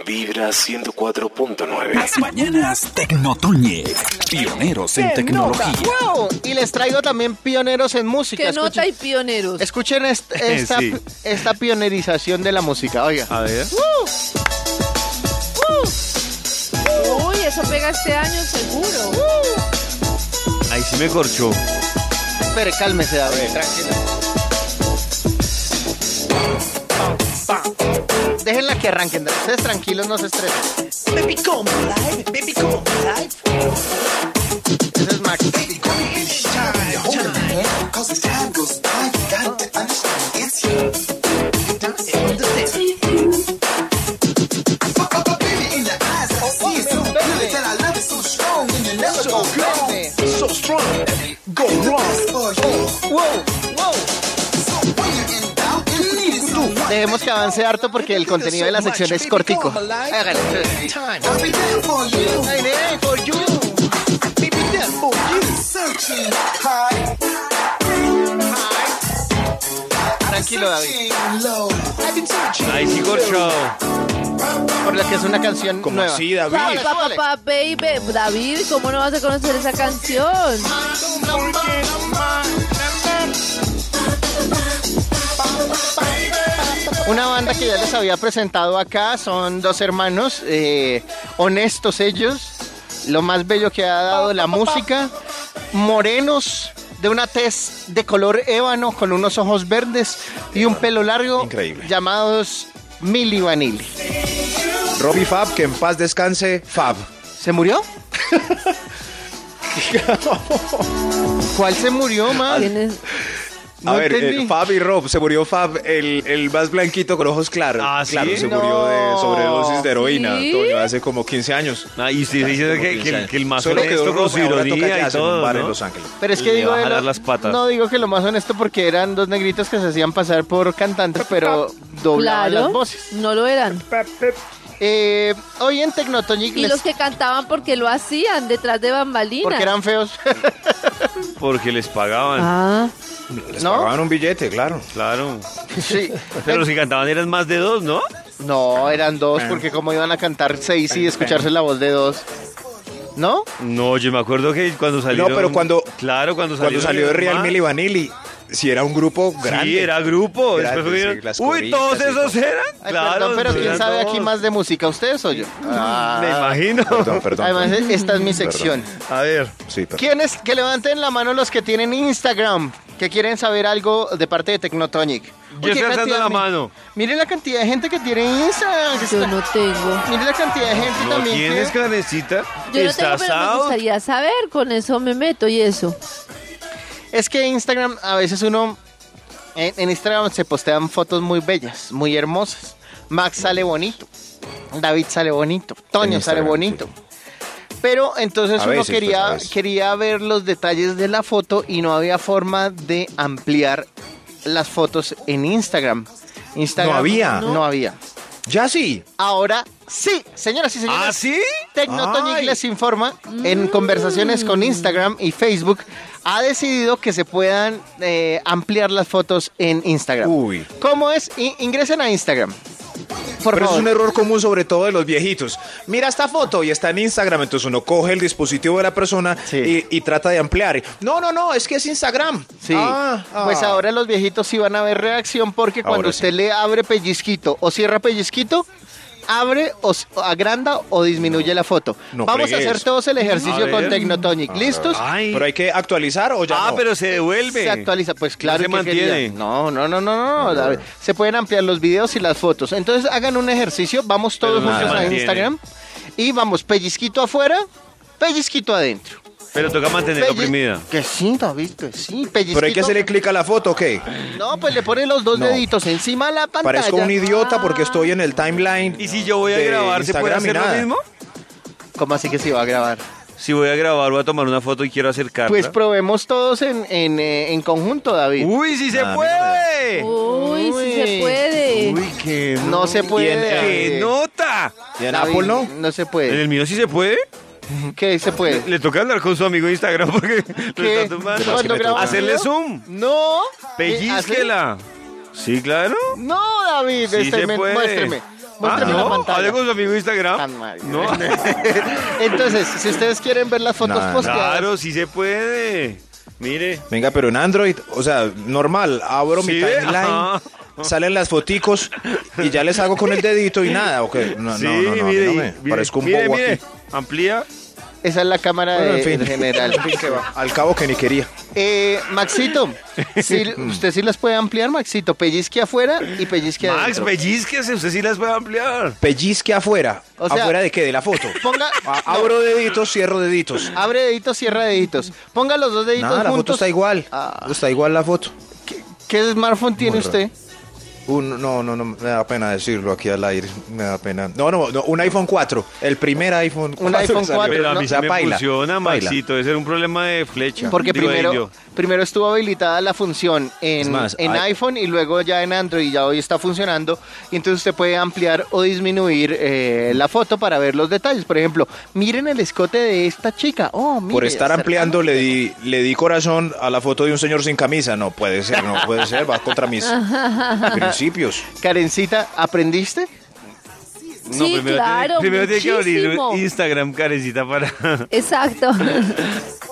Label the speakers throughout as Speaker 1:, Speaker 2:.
Speaker 1: Vibra 104.9.
Speaker 2: Las mañanas Tecnotoñe, pioneros en
Speaker 3: ¡Qué
Speaker 2: tecnología.
Speaker 3: nota! ¡Wow! Y les traigo también pioneros en música.
Speaker 4: Que
Speaker 3: Escuchen-
Speaker 4: nota y pioneros.
Speaker 3: Escuchen est- esta,
Speaker 5: Sí.
Speaker 3: esta pionerización de la música, oiga.
Speaker 5: A ver.
Speaker 4: Uy, eso pega este año seguro.
Speaker 5: Ahí sí me corchó.
Speaker 3: Espere, cálmese, David. Déjenla que arranquen. Ustedes tranquilos, no se estresen.
Speaker 6: Baby, come alive. Baby, come alive.
Speaker 3: Ese es Max.
Speaker 6: Baby, come in time. Hold it, Cause as time goes by, you got to understand it's here. You don't understand. Fuck up, baby, in the eyes. I see it so good. That I love it so strong. And you never go wrong. So strong. Go wrong. For you. So when you're in doubt, you need it so much.
Speaker 3: Dejemos que avance harto porque el contenido de la sección es cortico. Hágale.
Speaker 6: I'll be there for you.
Speaker 3: Ay, nene, for you.
Speaker 6: I'm searching high.
Speaker 3: Tranquilo, David.
Speaker 6: searching low. I've been searching
Speaker 5: Ahí sí corchó.
Speaker 3: Por la que es una canción nueva.
Speaker 5: así, David?
Speaker 3: Súbale,
Speaker 4: Papá,
Speaker 3: súbale.
Speaker 4: papá, baby. David, ¿cómo no vas a conocer esa canción?
Speaker 3: Una banda que ya les había presentado acá, son dos hermanos, eh, honestos ellos, lo más bello que ha dado la música, morenos, de una tez de color ébano, con unos ojos verdes y un pelo largo,
Speaker 7: Increíble.
Speaker 3: llamados Milli Vanilli.
Speaker 7: Robbie Fab, que en paz descanse, Fab.
Speaker 3: ¿Se murió? ¿Cuál se murió, más?
Speaker 4: ¿Quién es?
Speaker 3: No
Speaker 7: a ver, eh,
Speaker 3: entendí.
Speaker 7: Fab y Rob, se murió Fab, el, el más blanquito con ojos claros.
Speaker 5: Ah, ¿sí?
Speaker 7: Claro, se
Speaker 3: No.
Speaker 7: murió de sobredosis de heroína,
Speaker 4: ¿Sí?
Speaker 7: Toño, hace como 15 años.
Speaker 5: Ah, y sí, dice
Speaker 7: Como
Speaker 5: que,
Speaker 7: 15
Speaker 5: que el,
Speaker 7: años.
Speaker 5: que el más
Speaker 7: Solo
Speaker 5: honesto
Speaker 7: quedó
Speaker 5: con
Speaker 7: Rob y ahora toca
Speaker 5: ironía y
Speaker 7: jazz en un
Speaker 5: todo,
Speaker 7: bar
Speaker 5: ¿no?
Speaker 7: en Los Ángeles.
Speaker 3: Pero es que
Speaker 5: Le
Speaker 3: digo
Speaker 5: va a
Speaker 3: de
Speaker 5: jalar
Speaker 3: lo-
Speaker 5: las patas.
Speaker 3: No digo que lo más honesto porque eran dos negritos que se hacían pasar por cantantes, pero doblaban las
Speaker 4: Claro,
Speaker 3: voces.
Speaker 4: no lo eran.
Speaker 3: Eh, hoy en Tecnotonic
Speaker 4: Y
Speaker 3: les-
Speaker 4: los que cantaban porque lo hacían detrás de bambalinas.
Speaker 3: porque eran feos.
Speaker 5: Porque les pagaban,
Speaker 4: Ah,
Speaker 7: Les
Speaker 3: ¿No?
Speaker 7: pagaban un billete, claro.
Speaker 5: claro.
Speaker 3: sí.
Speaker 5: Pero si cantaban eran más de dos, ¿no?
Speaker 3: No, eran dos porque como iban a cantar seis y escucharse la voz de dos. ¿No?
Speaker 5: No, yo me acuerdo que cuando salió.
Speaker 7: pero cuando-
Speaker 5: Claro, cuando salió.
Speaker 7: Cuando salió de Real
Speaker 5: Ma-
Speaker 7: Milli Vanilli, si era un grupo grande.
Speaker 5: Sí, era grupo.
Speaker 7: Grande,
Speaker 5: Después hubieron-
Speaker 7: sí, las
Speaker 5: Uy, todos
Speaker 7: coritas y
Speaker 5: esos eran.
Speaker 3: Ay,
Speaker 5: claro,
Speaker 3: perdón, pero ¿quién
Speaker 5: eran
Speaker 3: sabe aquí
Speaker 5: todos.
Speaker 3: más de música? ¿Ustedes o yo? Ah.
Speaker 5: Me imagino.
Speaker 7: Ah, Perdón, perdón.
Speaker 3: Además,
Speaker 7: perdón.
Speaker 3: esta es mi
Speaker 7: Perdón.
Speaker 3: sección.
Speaker 5: A ver.
Speaker 7: Sí, perdón.
Speaker 3: ¿Quiénes que levanten la mano los que tienen Instagram? Que quieren saber algo de parte de Tecnotonic.
Speaker 5: Yo
Speaker 3: Uy, qué
Speaker 5: estoy alzando
Speaker 3: cantidad
Speaker 5: la
Speaker 3: de-
Speaker 5: mano.
Speaker 3: Miren la cantidad de gente que tiene Instagram. que
Speaker 4: yo
Speaker 3: está-
Speaker 4: no tengo.
Speaker 3: Miren la cantidad de gente
Speaker 5: ¿No
Speaker 3: también. ¿eh?
Speaker 5: tienes
Speaker 3: que...
Speaker 5: canecita?
Speaker 4: Yo no tengo,
Speaker 5: ¿Estás
Speaker 4: pero me
Speaker 5: out?
Speaker 4: gustaría saber. Con eso me meto y eso.
Speaker 3: Es que Instagram, a veces uno. En, en Instagram se postean fotos muy bellas, muy hermosas. Max sale bonito. David sale bonito. Toño
Speaker 7: En
Speaker 3: sale
Speaker 7: Instagram,
Speaker 3: bonito. Pero entonces
Speaker 7: A
Speaker 3: uno
Speaker 7: veces, pues, a
Speaker 3: quería,
Speaker 7: veces.
Speaker 3: quería ver los detalles de la foto y no había forma de ampliar las fotos en Instagram. Instagram
Speaker 7: No había.
Speaker 3: No había.
Speaker 7: Ya sí.
Speaker 3: Ahora sí, señoras y señores.
Speaker 5: ¿Ah, sí?
Speaker 3: Tecnotonic
Speaker 7: Ay. Mm.
Speaker 3: les informa en conversaciones con Instagram y Facebook ha decidido que se puedan eh, ampliar las fotos en Instagram.
Speaker 7: Uy.
Speaker 3: ¿Cómo es? I- ingresen a Instagram. Por favor.
Speaker 7: Pero eso es un error común, sobre todo de los viejitos. Mira esta foto y está en Instagram, entonces uno coge el dispositivo de la persona
Speaker 3: Sí.
Speaker 7: y, y trata de ampliar. No, no, no, es que es Instagram.
Speaker 3: Sí.
Speaker 7: Ah, ah.
Speaker 3: Pues ahora los viejitos sí van a ver reacción porque cuando
Speaker 7: Ahora
Speaker 3: usted
Speaker 7: sí.
Speaker 3: le abre pellizquito o cierra pellizquito, abre o s- o agranda o disminuye la foto.
Speaker 7: No
Speaker 3: Vamos a
Speaker 7: fregues.
Speaker 3: hacer todos el ejercicio
Speaker 5: A
Speaker 3: con
Speaker 5: ver.
Speaker 3: Tecnotonic. ¿Listos?
Speaker 5: Ay.
Speaker 7: Pero hay que actualizar o ya
Speaker 5: ah,
Speaker 7: no?
Speaker 5: pero se devuelve.
Speaker 3: Se actualiza, pues claro.
Speaker 5: se
Speaker 3: que
Speaker 5: mantiene.
Speaker 3: quería. No, no, no, no, no. no, David. Se pueden ampliar los videos y las fotos. Entonces hagan un ejercicio. Vamos
Speaker 5: Pero
Speaker 3: todos
Speaker 5: no se
Speaker 3: juntos a
Speaker 5: mantiene.
Speaker 3: Instagram y vamos pellizquito afuera, pellizquito adentro.
Speaker 5: Pero toca mantenerla
Speaker 3: Pelli-
Speaker 5: oprimida.
Speaker 3: Que sí, David, que sí. Pellizquito.
Speaker 7: Pero hay que hacerle clic a la foto, ¿ok?
Speaker 3: No, pues le ponen los dos
Speaker 7: No.
Speaker 3: deditos encima de la pantalla.
Speaker 7: Parezco un idiota porque estoy en el timeline.
Speaker 5: ¿Y si yo voy a
Speaker 7: de
Speaker 5: grabar, se puede
Speaker 7: Instagram y
Speaker 5: hacer lo
Speaker 7: nada.
Speaker 5: mismo?
Speaker 3: ¿Cómo así que se va a grabar?
Speaker 5: Si voy a grabar, voy a tomar una foto y quiero acercarla.
Speaker 3: Pues probemos todos en, en, eh, en conjunto, David.
Speaker 5: ¡Uy, sí se
Speaker 7: Ah,
Speaker 5: puede!
Speaker 4: Uy,
Speaker 3: Uy.
Speaker 4: si se puede.
Speaker 5: qué...
Speaker 3: no se puede.
Speaker 5: ¡Qué
Speaker 3: David.
Speaker 5: nota!
Speaker 7: ¿Y en
Speaker 3: David,
Speaker 7: Apple no?
Speaker 3: No se
Speaker 5: ¿En
Speaker 3: puede.
Speaker 5: el mío sí se puede?
Speaker 3: ¿Qué se puede?
Speaker 5: Le toca hablar con su amigo de Instagram porque lo
Speaker 3: ¿Qué?
Speaker 5: está tomando.
Speaker 3: ¿Cuándo
Speaker 7: Es que me
Speaker 3: grabó
Speaker 7: toca.
Speaker 5: Hacerle
Speaker 3: video?
Speaker 5: zoom.
Speaker 3: No. ¿Qué? ¿Hacer?
Speaker 5: Pellizquela. Sí, claro.
Speaker 3: No, David,
Speaker 5: Sí
Speaker 3: este
Speaker 5: se
Speaker 3: men-
Speaker 5: puede. Ah,
Speaker 3: muéstreme. Muéstrame la
Speaker 5: ¿No?
Speaker 3: pantalla.
Speaker 5: Hable con su amigo de Instagram.
Speaker 3: Tan mal.
Speaker 5: No.
Speaker 3: Entonces, si ustedes quieren ver las fotos
Speaker 7: Nah,
Speaker 3: posteadas,
Speaker 5: Claro, sí se puede. Mire.
Speaker 7: Venga, pero en Android, o sea, normal, abro mi
Speaker 5: Sí,
Speaker 7: timeline,
Speaker 5: ajá.
Speaker 7: salen las foticos y ya les hago con el dedito y nada, ok. No,
Speaker 5: sí,
Speaker 7: no, no, no, a mí
Speaker 5: mire,
Speaker 7: no
Speaker 5: y-
Speaker 7: me
Speaker 5: mire,
Speaker 7: parezco un
Speaker 5: mire,
Speaker 7: bobo
Speaker 5: mire.
Speaker 7: aquí.
Speaker 5: Amplía.
Speaker 3: esa es la cámara
Speaker 7: Bueno, en
Speaker 3: de-
Speaker 7: fin,
Speaker 3: Eh, en general.
Speaker 7: En fin, que va. Al cabo que ni quería.
Speaker 3: Eh, Maxito, sí, usted sí las puede ampliar, Maxito. Pellizque afuera y pellizque
Speaker 5: Max,
Speaker 3: adentro.
Speaker 5: pellizquese, usted sí las puede ampliar.
Speaker 7: Pellizque afuera.
Speaker 3: O sea-
Speaker 7: ¿Afuera de qué? ¿De la foto?
Speaker 3: Ponga-
Speaker 7: A- abro deditos, cierro deditos.
Speaker 3: Abre deditos, cierra deditos. Ponga los dos deditos
Speaker 7: Nada, la foto
Speaker 3: juntos.
Speaker 7: está igual.
Speaker 3: Ah.
Speaker 7: Está igual la foto.
Speaker 3: ¿Qué, qué smartphone tiene
Speaker 7: Muy raro.
Speaker 3: usted?
Speaker 7: Un- no, no, no, me da pena decirlo aquí al aire. Me da pena. No, no, no, un iPhone 4. El primer iPhone 4.
Speaker 3: iPhone
Speaker 7: que salió.
Speaker 3: 4,
Speaker 5: Pero a
Speaker 3: no,
Speaker 5: mí
Speaker 7: O
Speaker 5: sí
Speaker 7: sea,
Speaker 5: me
Speaker 7: paila,
Speaker 5: funciona,
Speaker 7: paila.
Speaker 5: Maxito. Ese era un problema de flecha.
Speaker 3: Porque
Speaker 5: Digo, de
Speaker 3: primero,
Speaker 5: indio.
Speaker 3: primero estuvo habilitada la función
Speaker 7: Es
Speaker 3: en,
Speaker 7: más,
Speaker 3: en
Speaker 7: hay-
Speaker 3: iPhone y luego ya en Android ya hoy está funcionando. Y entonces usted puede ampliar o disminuir eh, la foto para ver los detalles. Por ejemplo, miren el escote de esta chica. Oh, mire,
Speaker 7: Por estar
Speaker 3: cercano.
Speaker 7: ampliando le di, le di corazón a la foto de un señor sin camisa. No puede ser, no puede ser. Va contra mis principios.
Speaker 3: Karencita, ¿aprendiste?
Speaker 5: No,
Speaker 4: sí,
Speaker 5: primero
Speaker 4: claro,
Speaker 5: tiene, primero tiene que abrir
Speaker 4: muchísimo.
Speaker 5: Instagram, carecita, para...
Speaker 4: Exacto.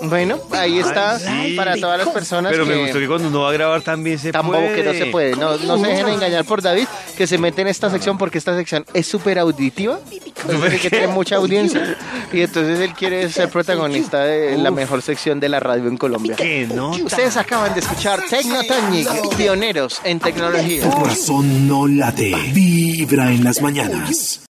Speaker 3: Bueno, ahí está
Speaker 5: sí.
Speaker 3: para todas las personas
Speaker 5: Pero
Speaker 3: que
Speaker 5: me gustó que cuando uno va a grabar también se
Speaker 3: tan
Speaker 5: puede.
Speaker 3: bobo Pues que no se puede. No, no se dejen engañar por David, que se mete en esta sección porque esta sección es súper auditiva.
Speaker 5: ¿Súper
Speaker 3: que
Speaker 5: qué?
Speaker 3: tiene mucha audiencia. Y entonces él quiere ser protagonista de la mejor sección de la radio en Colombia.
Speaker 5: Que no.
Speaker 3: Ustedes acaban de escuchar Tecnotonic, pioneros en tecnología.
Speaker 2: Tu corazón no late, vibra en las mañanas.